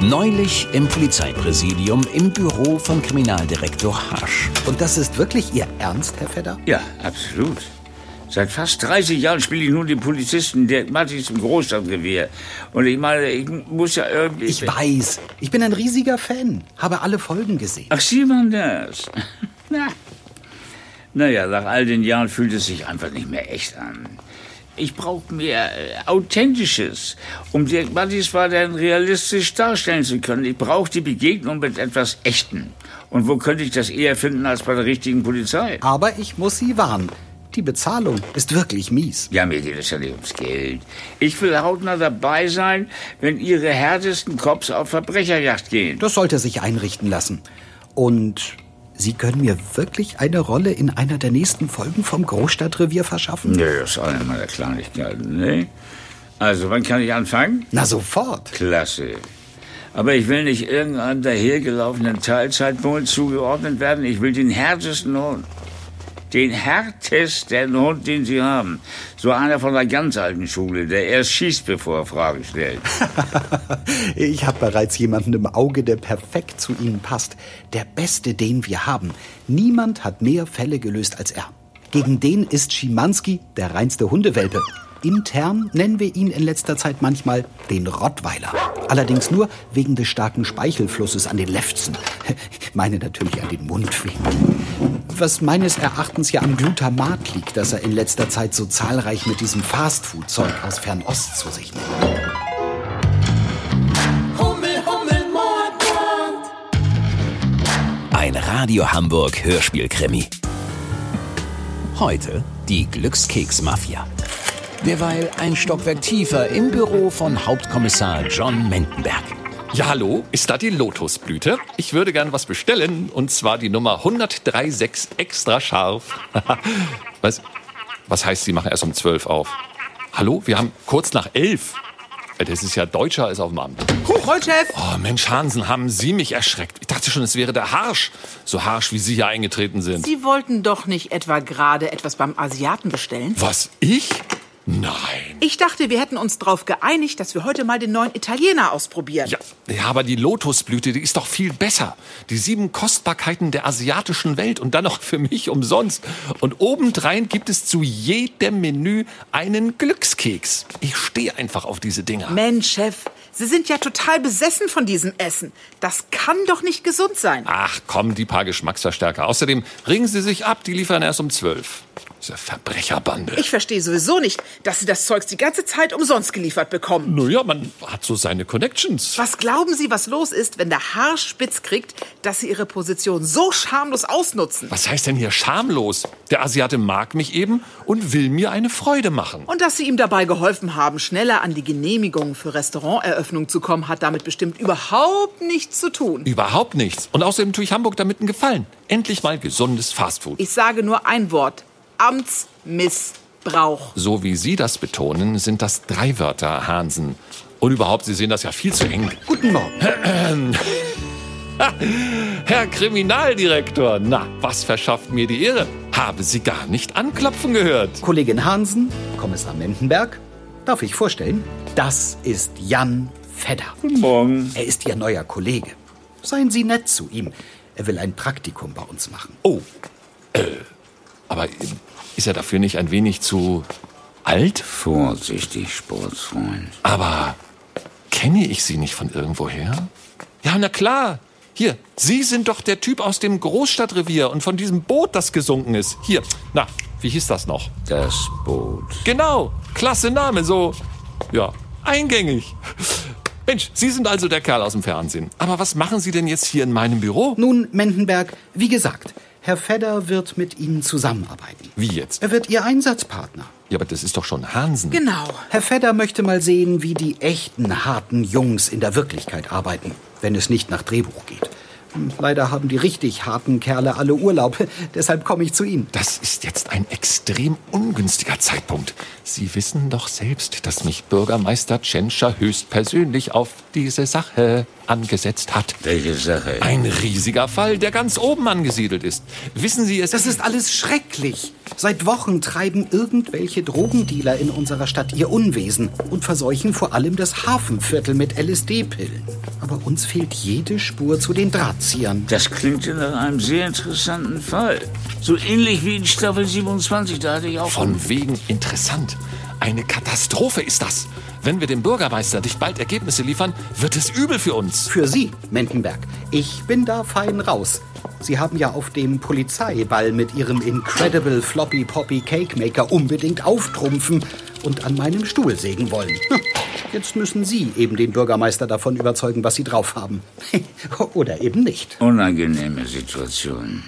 Neulich im Polizeipräsidium im Büro von Kriminaldirektor Harsch. Und das ist wirklich Ihr Ernst, Herr Fedder? Ja, absolut. Seit fast 30 Jahren spiele ich nun den Polizisten Dirk Matthies im Großstadtgewehr. Und ich meine, ich muss ja irgendwie... Ich weiß. Ich bin ein riesiger Fan. Habe alle Folgen gesehen. Ach, sieht man das? Na. Naja, nach all den Jahren fühlt es sich einfach nicht mehr echt an. Ich brauche mehr äh, Authentisches, um Dirk Matthies weiterhin realistisch darstellen zu können. Ich brauche die Begegnung mit etwas Echtem. Und wo könnte ich das eher finden als bei der richtigen Polizei? Aber ich muss Sie warnen. Die Bezahlung ist wirklich mies. Ja, mir geht es ja nicht ums Geld. Ich will hautnah dabei sein, wenn Ihre härtesten Cops auf Verbrecherjagd gehen. Das sollte sich einrichten lassen. Und Sie können mir wirklich eine Rolle in einer der nächsten Folgen vom Großstadtrevier verschaffen? Ja, das ist eine meiner Kleinigkeiten, ne? Also, wann kann ich anfangen? Na sofort. Klasse. Aber ich will nicht irgendeinem dahergelaufenen Teilzeitwohl zugeordnet werden. Ich will den härtesten Hund. Den härtesten Hund, den Sie haben. So einer von der ganz alten Schule, der erst schießt, bevor er Fragen stellt. ich habe bereits jemanden im Auge, der perfekt zu Ihnen passt. Der beste, den wir haben. Niemand hat mehr Fälle gelöst als er. Gegen den ist Schimanski der reinste Hundewelpe. Intern nennen wir ihn in letzter Zeit manchmal den Rottweiler. Allerdings nur wegen des starken Speichelflusses an den Lefzen. Ich meine natürlich an den Mundwinkel. Was meines Erachtens ja am Glutamat liegt, dass er in letzter Zeit so zahlreich mit diesem Fastfood-Zeug aus Fernost zu sich nimmt. Hummel, Hummel, Mordbrand. Ein Radio Hamburg Hörspielkrimi. Heute die Glückskeksmafia. Derweil ein Stockwerk tiefer im Büro von Hauptkommissar John Mendenberg. Ja, hallo, ist da die Lotusblüte? Ich würde gern was bestellen und zwar die Nummer 1036 extra scharf. was, was heißt, sie machen erst um 12 auf? Hallo, wir haben kurz nach 11. Das ist ja deutscher als auf dem Amt. Huch, heute, Chef! Oh Mensch, Hansen, haben Sie mich erschreckt. Ich dachte schon, es wäre der Harsch. So harsch, wie Sie hier eingetreten sind. Sie wollten doch nicht etwa gerade etwas beim Asiaten bestellen? Was, ich? Nein. Ich dachte, wir hätten uns darauf geeinigt, dass wir heute mal den neuen Italiener ausprobieren. Ja, ja, aber die Lotusblüte, die ist doch viel besser. Die sieben Kostbarkeiten der asiatischen Welt und dann noch für mich umsonst. Und obendrein gibt es zu jedem Menü einen Glückskeks. Ich stehe einfach auf diese Dinger. Mensch, Chef, Sie sind ja total besessen von diesem Essen. Das kann doch nicht gesund sein. Ach komm, die paar Geschmacksverstärker. Außerdem ringen Sie sich ab, die liefern erst um zwölf. Diese Verbrecherbande. Ich verstehe sowieso nicht, dass Sie das Zeugs die ganze Zeit umsonst geliefert bekommen. Naja, man hat so seine Connections. Was glauben Sie, was los ist, wenn der Haar spitz kriegt, dass Sie Ihre Position so schamlos ausnutzen? Was heißt denn hier schamlos? Der Asiate mag mich eben und will mir eine Freude machen. Und dass Sie ihm dabei geholfen haben, schneller an die Genehmigung für Restauranteröffnung zu kommen, hat damit bestimmt überhaupt nichts zu tun. Überhaupt nichts. Und außerdem tue ich Hamburg damit einen Gefallen. Endlich mal gesundes Fastfood. Ich sage nur ein Wort. Amtsmissbrauch. So wie Sie das betonen, sind das drei Wörter, Hansen. Und überhaupt, Sie sehen das ja viel zu eng. Guten Morgen. Herr Kriminaldirektor, na, was verschafft mir die Ehre? Habe Sie gar nicht anklopfen gehört. Kollegin Hansen, Kommissar Mendenberg, darf ich vorstellen? Das ist Jan Fedder. Guten Morgen. Er ist Ihr neuer Kollege. Seien Sie nett zu ihm. Er will ein Praktikum bei uns machen. Oh, äh, aber ist er dafür nicht ein wenig zu alt? Vorsichtig, Sportsfreund. Aber kenne ich Sie nicht von irgendwoher? Ja, na klar. Hier, Sie sind doch der Typ aus dem Großstadtrevier und von diesem Boot, das gesunken ist. Hier, na, wie hieß das noch? Das Boot. Genau, klasse Name, so, ja, eingängig. Mensch, Sie sind also der Kerl aus dem Fernsehen. Aber was machen Sie denn jetzt hier in meinem Büro? Nun, Mendenberg, wie gesagt, Herr Fedder wird mit Ihnen zusammenarbeiten. Wie jetzt? Er wird Ihr Einsatzpartner. Ja, aber das ist doch schon Hansen. Genau. Herr Fedder möchte mal sehen, wie die echten, harten Jungs in der Wirklichkeit arbeiten, wenn es nicht nach Drehbuch geht. Hm, Leider haben die richtig harten Kerle alle Urlaub. Deshalb komme ich zu Ihnen. Das ist jetzt ein extrem ungünstiger Zeitpunkt. Sie wissen doch selbst, dass mich Bürgermeister Tschentscher höchstpersönlich auf diese Sache angesetzt hat. Welche Sache? Ein riesiger Fall, der ganz oben angesiedelt ist. Wissen Sie es? Das ist alles schrecklich. Seit Wochen treiben irgendwelche Drogendealer in unserer Stadt ihr Unwesen und verseuchen vor allem das Hafenviertel mit LSD-Pillen. Aber uns fehlt jede Spur zu den Drahtziehern. Das klingt ja nach einem sehr interessanten Fall. So ähnlich wie in Staffel 27, da hatte ich auch... Von wegen interessant. Eine Katastrophe ist das. Wenn wir dem Bürgermeister nicht bald Ergebnisse liefern, wird es übel für uns. Für Sie, Mendenberg. Ich bin da fein raus. Sie haben ja auf dem Polizeiball mit Ihrem Incredible Floppy Poppy Cake Maker unbedingt auftrumpfen und an meinem Stuhl sägen wollen. Hm. Jetzt müssen Sie eben den Bürgermeister davon überzeugen, was Sie drauf haben. Oder eben nicht. Unangenehme Situation.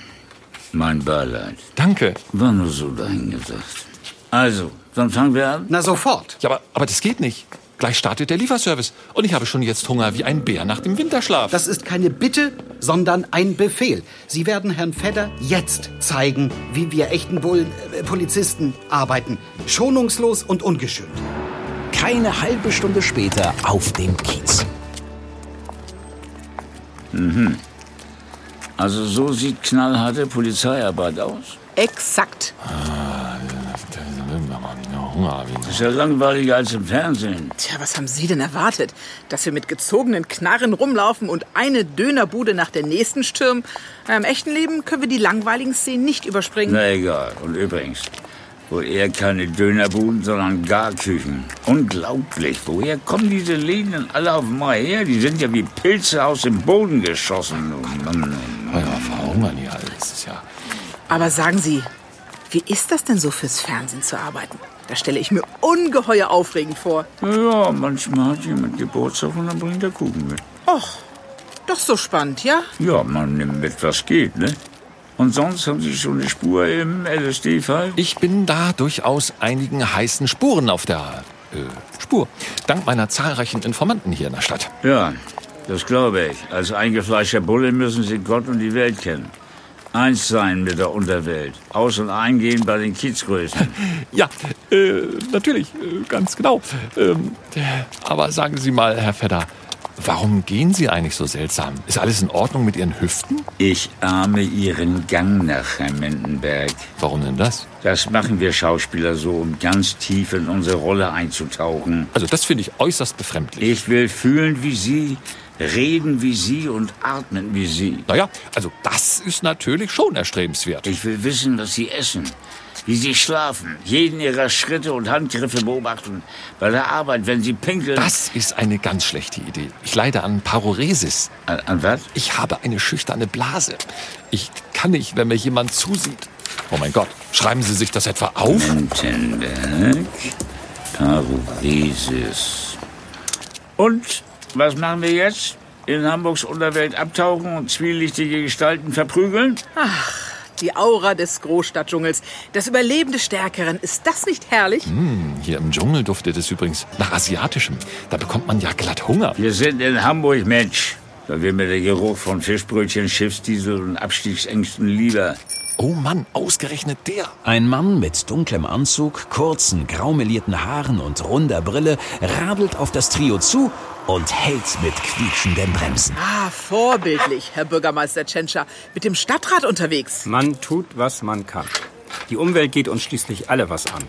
Mein Beileid. Danke. War nur so dahingesagt. Also, dann fangen wir an. Na sofort. Ja, aber, aber das geht nicht. Gleich startet der Lieferservice. Und ich habe schon jetzt Hunger wie ein Bär nach dem Winterschlaf. Das ist keine Bitte, sondern ein Befehl. Sie werden Herrn Fedder jetzt zeigen, wie wir echten Bullen, äh, Polizisten arbeiten. Schonungslos und ungeschönt. Keine halbe Stunde später auf dem Kiez. Also so sieht knallharte Polizeiarbeit aus. Exakt. Ist ja langweiliger als im Fernsehen. Tja, was haben Sie denn erwartet? Dass wir mit gezogenen Knarren rumlaufen und eine Dönerbude nach der nächsten stürmen? Na, Im echten Leben können wir die langweiligen Szenen nicht überspringen. Na egal. Und übrigens, wohl eher keine Dönerbuden, sondern Garküchen. Unglaublich. Woher kommen diese Läden alle auf einmal her? Die sind ja wie Pilze aus dem Boden geschossen. Ja, verhungern hier alles. Ist ja. Aber sagen Sie, wie ist das denn so fürs Fernsehen zu arbeiten? Das stelle ich mir ungeheuer aufregend vor. Ja, manchmal hat jemand Geburtstag und dann bringt er Kuchen mit. Och, doch so spannend, ja? Ja, man nimmt mit, was geht, ne? Und sonst haben Sie schon eine Spur im LSD-Fall? Ich bin da durchaus einigen heißen Spuren auf der äh, Spur. Dank meiner zahlreichen Informanten hier in der Stadt. Ja, das glaube ich. Als eingefleischter Bulle müssen Sie Gott und die Welt kennen. Eins sein mit der Unterwelt. Aus- und eingehen bei den Kiezgrößen. Ja, äh, natürlich, äh, ganz genau. Ähm, aber sagen Sie mal, Herr Fedder, warum gehen Sie eigentlich so seltsam? Ist alles in Ordnung mit Ihren Hüften? Ich ahme Ihren Gang nach Herr Mendenberg. Warum denn das? Das machen wir Schauspieler so, um ganz tief in unsere Rolle einzutauchen. Also das finde ich äußerst befremdlich. Ich will fühlen wie Sie, reden wie Sie und atmen wie Sie. Naja, also das ist natürlich schon erstrebenswert. Ich will wissen, was Sie essen, wie Sie schlafen, jeden Ihrer Schritte und Handgriffe beobachten. Bei der Arbeit, wenn Sie pinkeln. Das ist eine ganz schlechte Idee. Ich leide an Paroresis. An, an was? Ich habe eine schüchterne Blase. Ich kann nicht, wenn mir jemand zusieht. Oh mein Gott, schreiben Sie sich das etwa auf? Entenberg, Paroresis. Und was machen wir jetzt? In Hamburgs Unterwelt abtauchen und zwielichtige Gestalten verprügeln? Die Aura des Großstadtdschungels, das Überleben des Stärkeren, ist das nicht herrlich? Hier im Dschungel duftet es übrigens nach Asiatischem. Da bekommt man ja glatt Hunger. Wir sind in Hamburg, Mensch. Da will mir der Geruch von Fischbrötchen, Schiffsdiesel und Abstiegsängsten lieber. Oh Mann, ausgerechnet der. Ein Mann mit dunklem Anzug, kurzen, graumelierten Haaren und runder Brille radelt auf das Trio zu und hält mit quietschenden Bremsen. Ah, vorbildlich, Herr Bürgermeister Tschentscher. Mit dem Stadtrat unterwegs. Man tut, was man kann. Die Umwelt geht uns schließlich alle was an.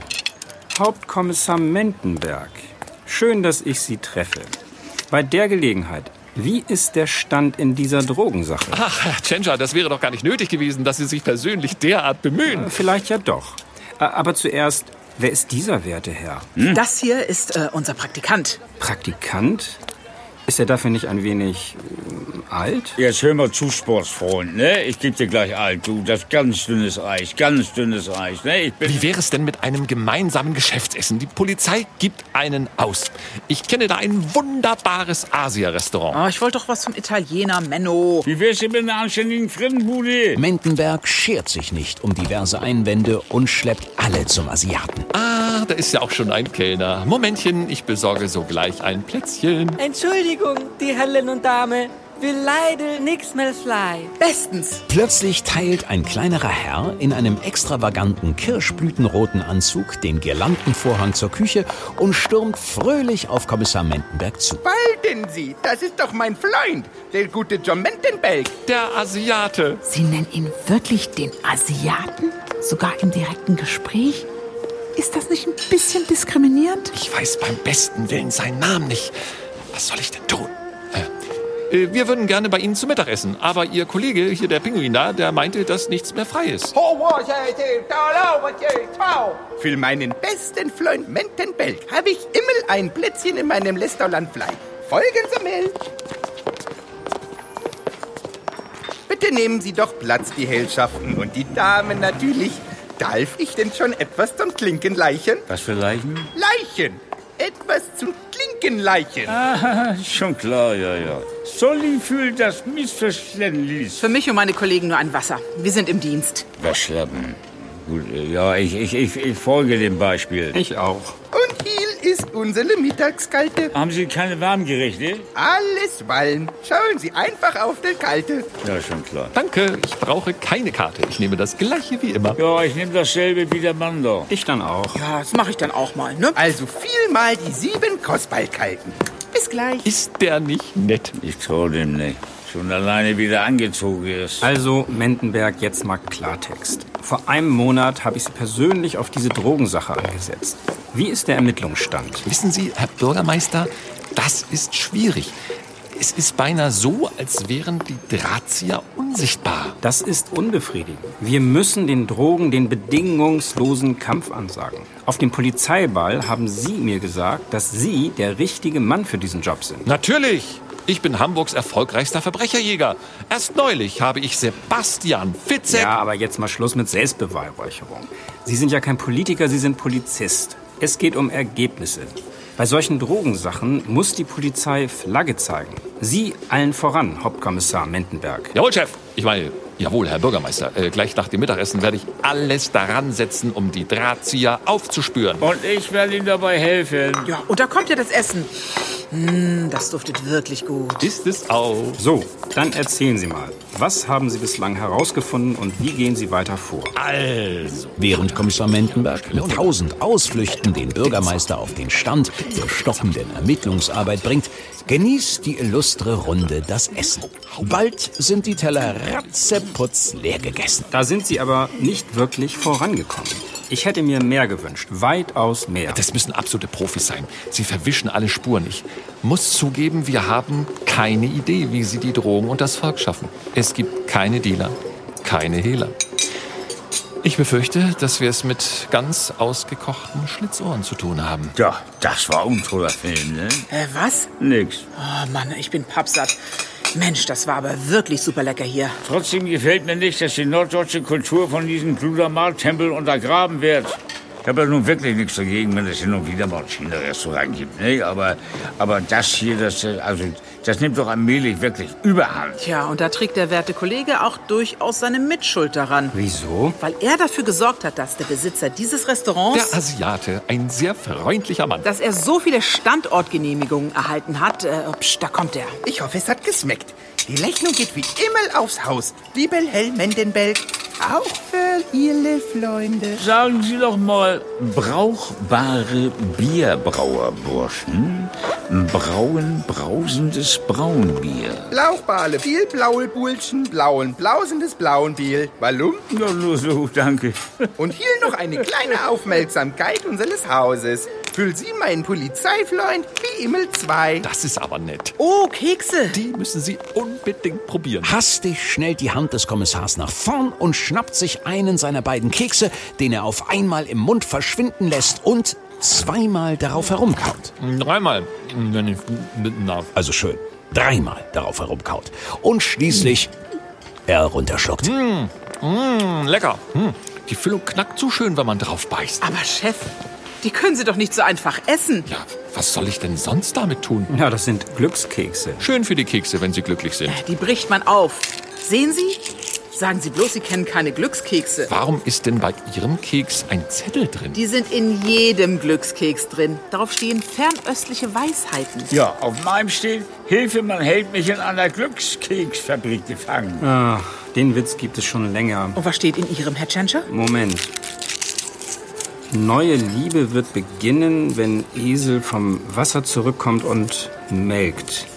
Hauptkommissar Mendenberg, schön, dass ich Sie treffe. Bei der Gelegenheit, wie ist der Stand in dieser Drogensache? Ach, Herr Tschentscher, das wäre doch gar nicht nötig gewesen, dass Sie sich persönlich derart bemühen. Vielleicht ja doch. Ä- Aber zuerst, wer ist dieser werte Herr? Das hier ist äh, unser Praktikant. Praktikant? Ist er dafür nicht ein wenig ähm, alt? Jetzt hör mal zu, Sportsfreund, ne? Ich geb dir gleich alt, du. Das ist ganz dünnes Eis, ganz dünnes Eis, ne? Ich bin... Wie wäre es denn mit einem gemeinsamen Geschäftsessen? Die Polizei gibt einen aus. Ich kenne da ein wunderbares Asia-Restaurant. Oh, ich wollte doch was vom Italiener Menno. Wie wär's denn mit einer anständigen Fremdenbude? Mendenberg schert sich nicht um diverse Einwände und schleppt alle zum Asiaten. Ah, da ist ja auch schon ein Kellner. Momentchen, ich besorge sogleich ein Plätzchen. Entschuldigung, die Herren und Dame. Wir leiden nix mehr fly. Bestens. Plötzlich teilt ein kleinerer Herr in einem extravaganten kirschblütenroten Anzug den Girlandenvorhang zur Küche und stürmt fröhlich auf Kommissar Mendenberg zu. Walden Sie, das ist doch mein Freund, der gute John Mendenberg. Der Asiate. Sie nennen ihn wirklich den Asiaten? Sogar im direkten Gespräch? Ist das nicht ein bisschen diskriminierend? Ich weiß beim besten Willen seinen Namen nicht. Was soll ich denn tun? Äh, äh, Wir würden gerne bei Ihnen zu Mittag essen, aber Ihr Kollege, hier der Pinguin da, der meinte, dass nichts mehr frei ist. Für meinen besten Freund Mendenberg habe ich immer ein Plätzchen in meinem Lästerlandfly. Folgen Sie mir. Bitte nehmen Sie doch Platz, die Herrschaften und die Damen natürlich. Darf ich denn schon etwas zum Klinken leichen? Was für Leichen? Leichen! Etwas zum Klinken leichen! Ah, schon klar, ja, ja. Solli fühlt das missverständlich. Für mich und meine Kollegen nur ein Wasser. Wir sind im Dienst. Waschlappen. Gut, äh, ja, ich, ich, ich, ich folge dem Beispiel. Ich auch. Und hier ist unsere Mittagskalte. Haben Sie keine Warmgerichte? Alles Walm. Schauen Sie einfach auf den Kalte. Ja, schon klar. Danke, ich brauche keine Karte. Ich nehme das gleiche wie immer. Ja, ich nehme dasselbe wie der Mann da. Ich dann auch. Ja, das mache ich dann auch mal, ne? Also vielmal die sieben Kostballkalten. Bis gleich. Ist der nicht nett? Ich traue dem nicht. Schon alleine, wie der angezogen ist. Also, Mendenberg, jetzt mal Klartext. Vor einem Monat habe ich Sie persönlich auf diese Drogensache angesetzt. Wie ist der Ermittlungsstand? Wissen Sie, Herr Bürgermeister, das ist schwierig. Es ist beinahe so, als wären die Drahtzieher unsichtbar. Das ist unbefriedigend. Wir müssen den Drogen den bedingungslosen Kampf ansagen. Auf dem Polizeiball haben Sie mir gesagt, dass Sie der richtige Mann für diesen Job sind. Natürlich! Ich bin Hamburgs erfolgreichster Verbrecherjäger. Erst neulich habe ich Sebastian Fitzek. Ja, aber jetzt mal Schluss mit Selbstbeweihräucherung. Sie sind ja kein Politiker, Sie sind Polizist. Es geht um Ergebnisse. Bei solchen Drogensachen muss die Polizei Flagge zeigen. Sie allen voran, Hauptkommissar Mendenberg. Jawohl, Chef. Ich meine, jawohl, Herr Bürgermeister. Äh, gleich nach dem Mittagessen werde ich alles daran setzen, um die Drahtzieher aufzuspüren. Und ich werde ihm dabei helfen. Ja, und da kommt ja das Essen. Mm, das duftet wirklich gut. Ist es auch. So, dann erzählen Sie mal. Was haben Sie bislang herausgefunden und wie gehen Sie weiter vor? Also. Während Kommissar Mendenberg mit tausend Ausflüchten den Bürgermeister auf den Stand der stockenden Ermittlungsarbeit bringt, genießt die illustre Runde das Essen. Bald sind die Teller ratzeputz leer gegessen. Da sind Sie aber nicht wirklich vorangekommen. Ich hätte mir mehr gewünscht, weitaus mehr. Das müssen absolute Profis sein. Sie verwischen alle Spuren. Ich muss zugeben, wir haben keine Idee, wie sie die Drogen und das Volk schaffen. Es gibt keine Dealer, keine Hehler. Ich befürchte, dass wir es mit ganz ausgekochten Schlitzohren zu tun haben. Ja, das war ein toller Film, ne? Äh, was? Nix. Oh Mann, ich bin pappsatt. Mensch, das war aber wirklich super lecker hier. Trotzdem gefällt mir nicht, dass die norddeutsche Kultur von diesem Kludermarktempel untergraben wird. Ich habe ja nun wirklich nichts dagegen, wenn es hin und wieder mal ein China-Restaurant gibt. Ne? Aber, aber das hier, das, äh, also, das nimmt doch allmählich wirklich überhand. Tja, und da trägt der werte Kollege auch durchaus seine Mitschuld daran. Wieso? Weil er dafür gesorgt hat, dass der Besitzer dieses Der Restaurants, äh Asiate, ein sehr freundlicher Mann. dass er so viele Standortgenehmigungen erhalten hat. Äh, psch, da kommt er. Ich hoffe, es hat geschmeckt. Die Rechnung geht wie immer aufs Haus. Liebe Hell Mendenberg, auch für Ihre Freunde. Sagen Sie doch mal, brauchbare Bierbrauerburschen brauen brausendes Braunbier. Blauchbale, viel blaue Bulschen, blauen, blausendes blauen Biel. Warum? Ja, nur so, danke. Und hier noch eine kleine Aufmerksamkeit unseres Hauses. Für Sie, meinen Polizeifreund, wie immer zwei. Das ist aber nett. Oh, Kekse. Die müssen Sie unbedingt probieren. Hastig schnellt die Hand des Kommissars nach vorn und schnappt sich einen seiner beiden Kekse, den er auf einmal im Mund verschwinden lässt und zweimal darauf herumkaut. Dreimal, wenn ich bitten darf. Also schön, dreimal darauf herumkaut. Und schließlich er runterschluckt. Mm, lecker. Hm. Die Füllung knackt so schön, wenn man drauf beißt. Aber Chef, die können Sie doch nicht so einfach essen. Ja, was soll ich denn sonst damit tun? Ja, das sind Glückskekse. Äh. Schön für die Kekse, wenn sie glücklich sind. Die bricht man auf. Sehen Sie? Sagen Sie bloß, Sie kennen keine Glückskekse. Warum ist denn bei Ihrem Keks ein Zettel drin? Die sind in jedem Glückskeks drin. Darauf stehen fernöstliche Weisheiten. Ja, auf meinem steht, Hilfe, man hält mich in einer Glückskeksfabrik gefangen. Ach, Ah, den Witz gibt es schon länger. Und was steht in Ihrem, Herr Tschentscher? Moment. Neue Liebe wird beginnen, wenn Esel vom Wasser zurückkommt und melkt.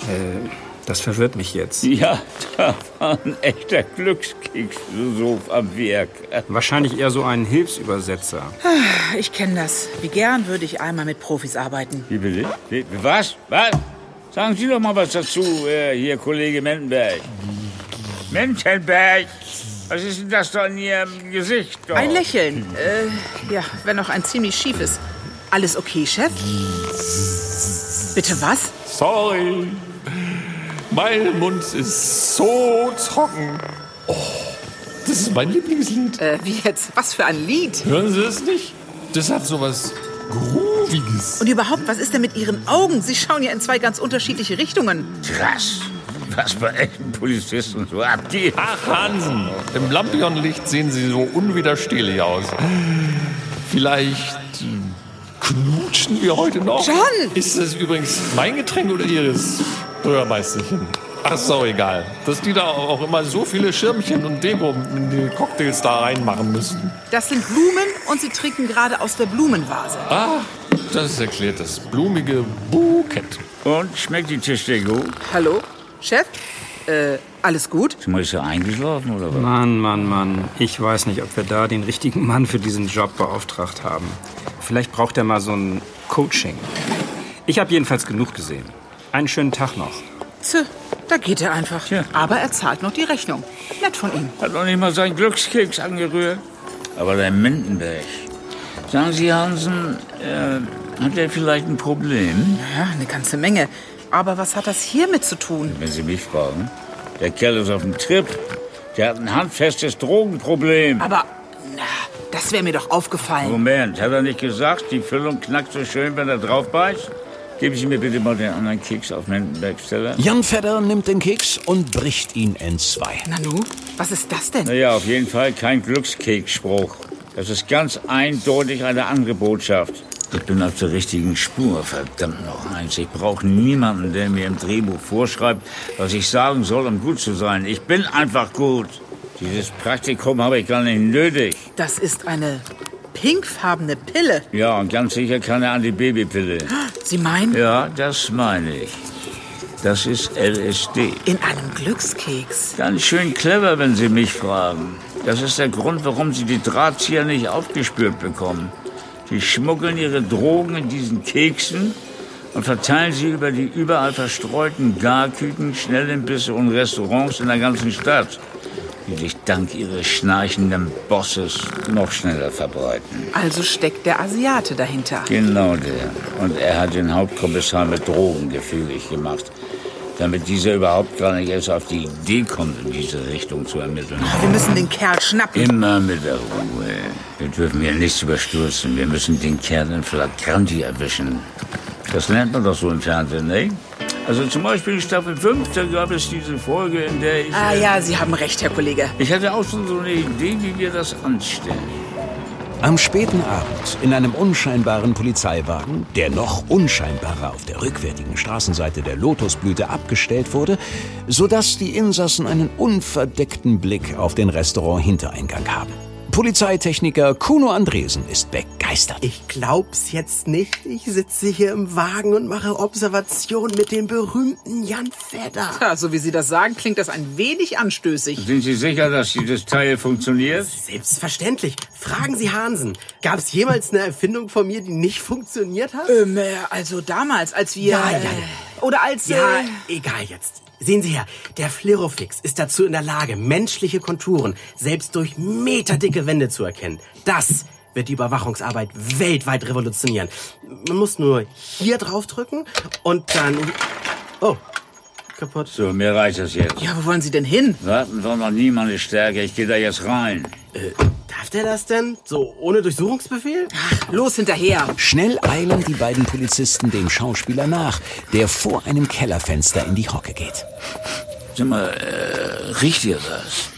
Äh, das verwirrt mich jetzt. Ja, da war ein echter Glückskeksphilosoph am Werk. Wahrscheinlich eher so ein Hilfsübersetzer. Ich kenne das. Wie gern würde ich einmal mit Profis arbeiten. Wie bitte? Wie- Was? Was? Sagen Sie doch mal was dazu, äh, hier, Kollege Mendenberg. Mendenberg! Was ist denn das da in Ihrem Gesicht? Doch? Ein Lächeln. Äh, ja, wenn auch ein ziemlich schiefes. Alles okay, Chef? Bitte was? Sorry. Mein Mund ist so trocken. Oh, das ist mein Lieblingslied. Äh, wie jetzt? Was für ein Lied? Hören Sie es nicht? Das hat sowas Grooviges. Und überhaupt, was ist denn mit Ihren Augen? Sie schauen ja in zwei ganz unterschiedliche Richtungen. Krass, was bei echten Polizisten so abgeht. Ach, Hansen, im Lampionlicht sehen Sie so unwiderstehlich aus. Vielleicht äh, knutschen wir heute noch. John! Ist das übrigens mein Getränk oder Ihres, Bürgermeisterchen? Ach, ist doch egal. Dass die da auch immer so viele Schirmchen und Deko in die Cocktails da reinmachen müssen. Das sind Blumen und Sie trinken gerade aus der Blumenvase. Ah, das erklärt das blumige Bukett. Und schmeckt die Tischdecke gut? Hallo? Chef? Äh, alles gut? Zum Beispiel eingeschlafen oder was? Mann, Mann, Mann. Ich weiß nicht, ob wir da den richtigen Mann für diesen Job beauftragt haben. Vielleicht braucht er mal so ein Coaching. Ich habe jedenfalls genug gesehen. Einen schönen Tag noch. Tse, da geht er einfach. Aber er zahlt noch die Rechnung. Nett von ihm. Hat noch nicht mal seinen Glückskeks angerührt. Aber der Mindenberg. Sagen Sie, Hansen, äh, hat er vielleicht ein Problem? Ja, eine ganze Menge. Aber was hat das hiermit zu tun? Wenn Sie mich fragen. Der Kerl ist auf dem Trip. Der hat ein handfestes Drogenproblem. Aber na, das wäre mir doch aufgefallen. Moment, hat er nicht gesagt, die Füllung knackt so schön, wenn er drauf beißt? Geben Sie mir bitte mal den anderen Keks auf Mindenbergs Teller. Jan Fedder nimmt den Keks und bricht ihn in zwei. Nanu, was ist das denn? Naja, auf jeden Fall kein Glückskeksspruch. Das ist ganz eindeutig eine andere Botschaft. Ich bin auf der richtigen Spur, verdammt noch eins. Ich brauche niemanden, der mir im Drehbuch vorschreibt, was ich sagen soll, um gut zu sein. Ich bin einfach gut. Dieses Praktikum habe ich gar nicht nötig. Das ist eine pinkfarbene Pille. Ja, und ganz sicher keine Antibabypille. Sie meinen, Ja, das meine ich. Das ist LSD. in einem Glückskeks. Ganz schön clever, wenn Sie mich fragen. Das ist der Grund, warum Sie die Drahtzieher nicht aufgespürt bekommen. Sie schmuggeln ihre Drogen in diesen Keksen und verteilen sie über die überall verstreuten Garküken, Schnellimbisse und Restaurants in der ganzen Stadt, die sich dank ihres schnarchenden Bosses noch schneller verbreiten. Also steckt der Asiate dahinter. Genau der. Und er hat den Hauptkommissar mit Drogen gefügig gemacht, damit dieser überhaupt gar nicht erst auf die Idee kommt, in diese Richtung zu ermitteln. Wir müssen den Kerl schnappen. Immer mit der Ruhe. Wir dürfen hier nichts überstürzen. Wir müssen den Kerl in Flagranti erwischen. Das lernt man doch so im Fernsehen, ne? Also zum Beispiel in Staffel 5, da gab es diese Folge, in der ich... äh, Ah ja, Sie haben recht, Herr Kollege. Ich hatte auch schon so eine Idee, wie wir das anstellen. Am späten Abend in einem unscheinbaren Polizeiwagen, der noch unscheinbarer auf der rückwärtigen Straßenseite der Lotusblüte abgestellt wurde, sodass die Insassen einen unverdeckten Blick auf den Restaurant-Hintereingang haben. Polizeitechniker Kuno Andresen ist begeistert. Ich glaub's jetzt nicht. Ich sitze hier im Wagen und mache Observation mit dem berühmten Jan Fedder. Ja, so wie Sie das sagen, klingt das ein wenig anstößig. Sind Sie sicher, dass dieses Teil funktioniert? Selbstverständlich. Fragen Sie Hansen. Gab's jemals eine Erfindung von mir, die nicht funktioniert hat? Ähm, äh, also damals, als wir... Ja, ja, ja. äh, Oder als... Ja, äh, egal jetzt. Sehen Sie her, der Fleroflix ist dazu in der Lage, menschliche Konturen selbst durch meterdicke Wände zu erkennen. Das wird die Überwachungsarbeit weltweit revolutionieren. Man muss nur hier draufdrücken und dann... Oh, kaputt. So, mir reicht das jetzt. ja, wo wollen Sie denn hin? Warten war noch nie meine Stärke. Ich gehe da jetzt rein. Darf der das denn? So ohne Durchsuchungsbefehl? Los hinterher. Schnell eilen die beiden Polizisten dem Schauspieler nach, der vor einem Kellerfenster in die Hocke geht. Sag mal, äh, riecht ihr das?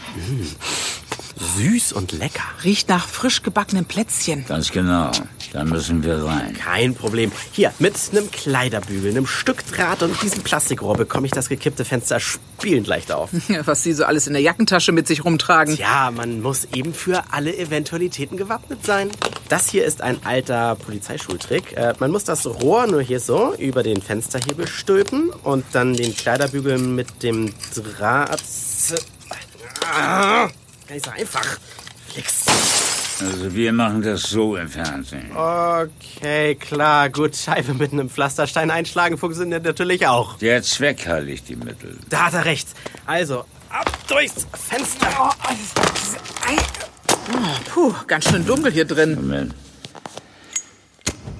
Süß und lecker. Riecht nach frisch gebackenen Plätzchen. Ganz genau. Da müssen wir rein. Kein Problem. Hier, mit einem Kleiderbügel, einem Stück Draht und diesem Plastikrohr bekomme ich das gekippte Fenster spielend leicht auf. Was sie so alles in der Jackentasche mit sich rumtragen. Tja, man muss eben für alle Eventualitäten gewappnet sein. Das hier ist ein alter Polizeischultrick. Äh, man muss das Rohr nur hier so über den Fensterhebel stülpen und dann den Kleiderbügel mit dem Draht... Ah, gar nicht so einfach. Flex. Also wir machen das so im Fernsehen. Okay, klar, gut. Scheibe mit einem Pflasterstein einschlagen funktioniert natürlich auch. Der Zweck heiligt die Mittel. Da hat er recht. Also, ab durchs Fenster. Puh, ganz schön dunkel hier drin. Moment.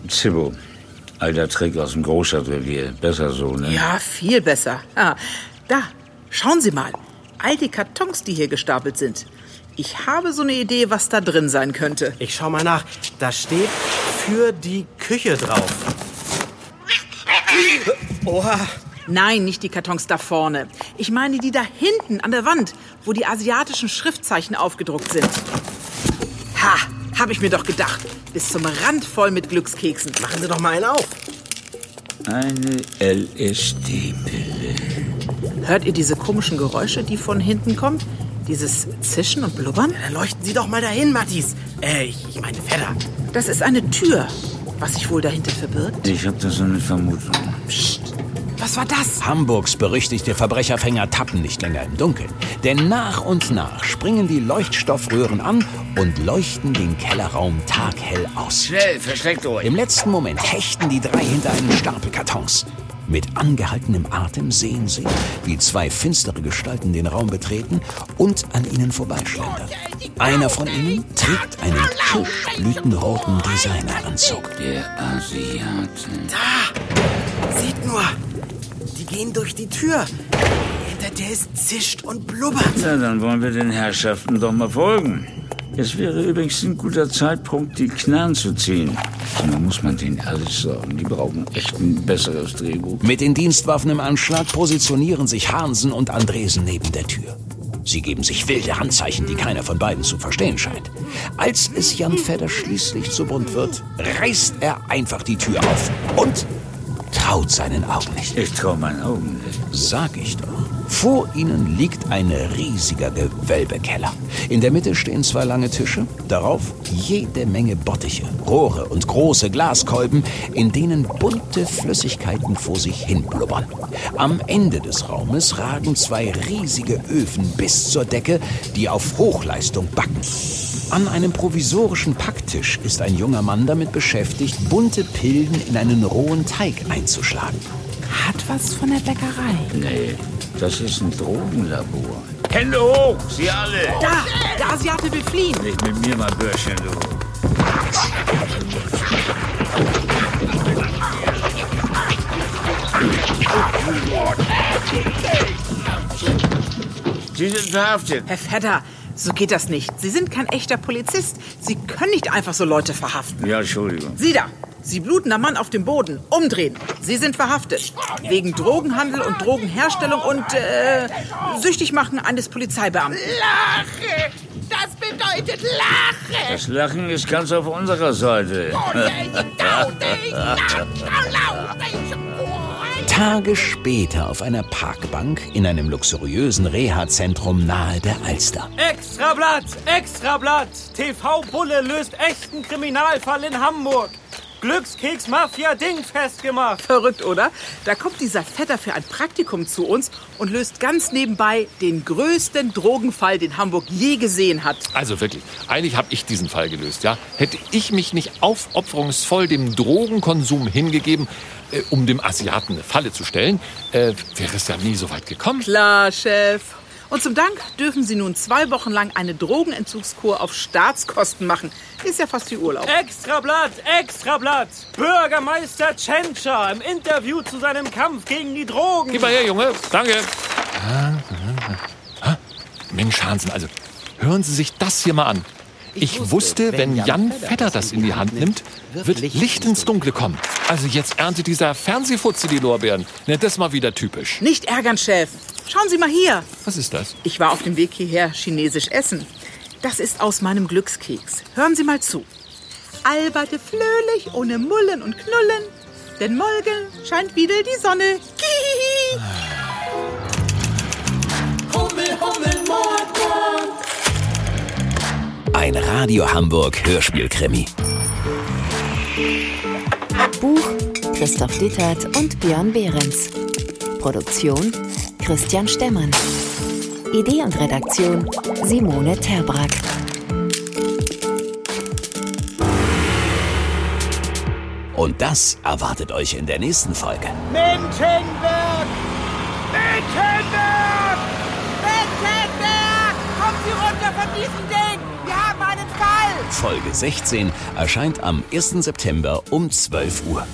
Zibbo, alter Trick aus dem Großstadtrevier. Besser so, ne? Ja, viel besser. Ah, da, schauen Sie mal. All die Kartons, die hier gestapelt sind. Ich habe so eine Idee, was da drin sein könnte. Ich schau mal nach. Da steht für die Küche drauf. Oha. Nein, nicht die Kartons da vorne. Ich meine die da hinten an der Wand, wo die asiatischen Schriftzeichen aufgedruckt sind. Ha, habe ich mir doch gedacht. Bis zum Rand voll mit Glückskeksen. Machen Sie doch mal einen auf. Eine LSD-Pille. Hört ihr diese komischen Geräusche, die von hinten kommen? Dieses Zischen und Blubbern? Dann leuchten Sie doch mal dahin, Matthias. Äh, ich, ich meine Fedder. Das ist eine Tür. Was sich wohl dahinter verbirgt? Ich habe da so eine Vermutung. Was war das? Hamburgs berüchtigte Verbrecherfänger tappen nicht länger im Dunkeln. Denn nach und nach springen die Leuchtstoffröhren an und leuchten den Kellerraum taghell aus. Schnell, versteckt euch. Im letzten Moment hechten die drei hinter einen Stapel Kartons. Mit angehaltenem Atem sehen sie, wie zwei finstere Gestalten den Raum betreten und an ihnen vorbeischlendern. Einer von ihnen trägt einen kirschblütenroten Designeranzug. Der Asiaten. Da! Seht nur! Die gehen durch die Tür. Hinter der es zischt und blubbert. Na, dann wollen wir den Herrschaften doch mal folgen. Es wäre übrigens ein guter Zeitpunkt, die Knarren zu ziehen. Nun muss man denen ehrlich sagen, die brauchen echt ein besseres Drehbuch. Mit den Dienstwaffen im Anschlag positionieren sich Hansen und Andresen neben der Tür. Sie geben sich wilde Handzeichen, die keiner von beiden zu verstehen scheint. Als es Jan Fedder schließlich zu bunt wird, reißt er einfach die Tür auf und traut seinen Augen nicht. Ich trau meinen Augen nicht. Sag ich doch. Vor ihnen liegt ein riesiger Gewölbekeller. In der Mitte stehen zwei lange Tische, darauf jede Menge Bottiche, Rohre und große Glaskolben, in denen bunte Flüssigkeiten vor sich hin blubbern. Am Ende des Raumes ragen zwei riesige Öfen bis zur Decke, die auf Hochleistung backen. An einem provisorischen Packtisch ist ein junger Mann damit beschäftigt, bunte Pillen in einen rohen Teig einzuschlagen. Hat was von der Bäckerei. Nee, das ist ein Drogenlabor. Hände hoch, Sie alle! Da, der Asiate will fliehen. Nicht mit mir, mein Bürschchen, du. Sie sind verhaftet. Herr Fedder, so geht das nicht. Sie sind kein echter Polizist. Sie können nicht einfach so Leute verhaften. Ja, Entschuldigung. Sie da, Sie blutender Mann auf dem Boden. Umdrehen. Sie sind verhaftet. Wegen Drogenhandel und Drogenherstellung und äh, süchtig machen eines Polizeibeamten. Lache! Das bedeutet Lache! Das Lachen ist ganz auf unserer Seite. Tage später auf einer Parkbank in einem luxuriösen Reha-Zentrum nahe der Alster. Extrablatt! Extrablatt! TV-Bulle löst echten Kriminalfall in Hamburg. Glückskeks-Mafia-Ding festgemacht. Verrückt, oder? Da kommt dieser Vetter für ein Praktikum zu uns und löst ganz nebenbei den größten Drogenfall, den Hamburg je gesehen hat. Also wirklich, eigentlich habe ich diesen Fall gelöst, ja? Hätte ich mich nicht aufopferungsvoll dem Drogenkonsum hingegeben, äh, um dem Asiaten eine Falle zu stellen, äh, wäre es ja nie so weit gekommen. Klar, Chef. Und zum Dank dürfen Sie nun zwei Wochen lang eine Drogenentzugskur auf Staatskosten machen. Ist ja fast wie Urlaub. Extrablatt, Extrablatt! Bürgermeister Tschentscher im Interview zu seinem Kampf gegen die Drogen. Gib mal her, Junge. Danke. Ah, Mensch, Hansen, also hören Sie sich das hier mal an. Ich, wusste, wenn Jan Vetter das in die Hand nimmt, wird Licht ins Dunkle kommen. Also jetzt erntet dieser Fernsehfutze die Lorbeeren. Ne, das ist mal wieder typisch. Nicht ärgern, Chef. Schauen Sie mal hier. Was ist das? Ich war auf dem Weg hierher chinesisch essen. Das ist aus meinem Glückskeks. Hören Sie mal zu. Alberte flöhlich, ohne Mullen und Knullen, denn morgen scheint wieder die Sonne. Kihihi. Hummel, Hummel, Mord, Mord. Ein Radio Hamburg Hörspielkrimi. Buch Christoph Dittert und Björn Behrens. Produktion Christian Stemmann. Idee und Redaktion Simone Terbrack. Und das erwartet euch in der nächsten Folge. Menschenberg! Menschenberg! Wittenberg! Kommen Sie runter von diesem Ding! Wir haben einen Fall! Folge 16 erscheint am 1. September um 12 Uhr.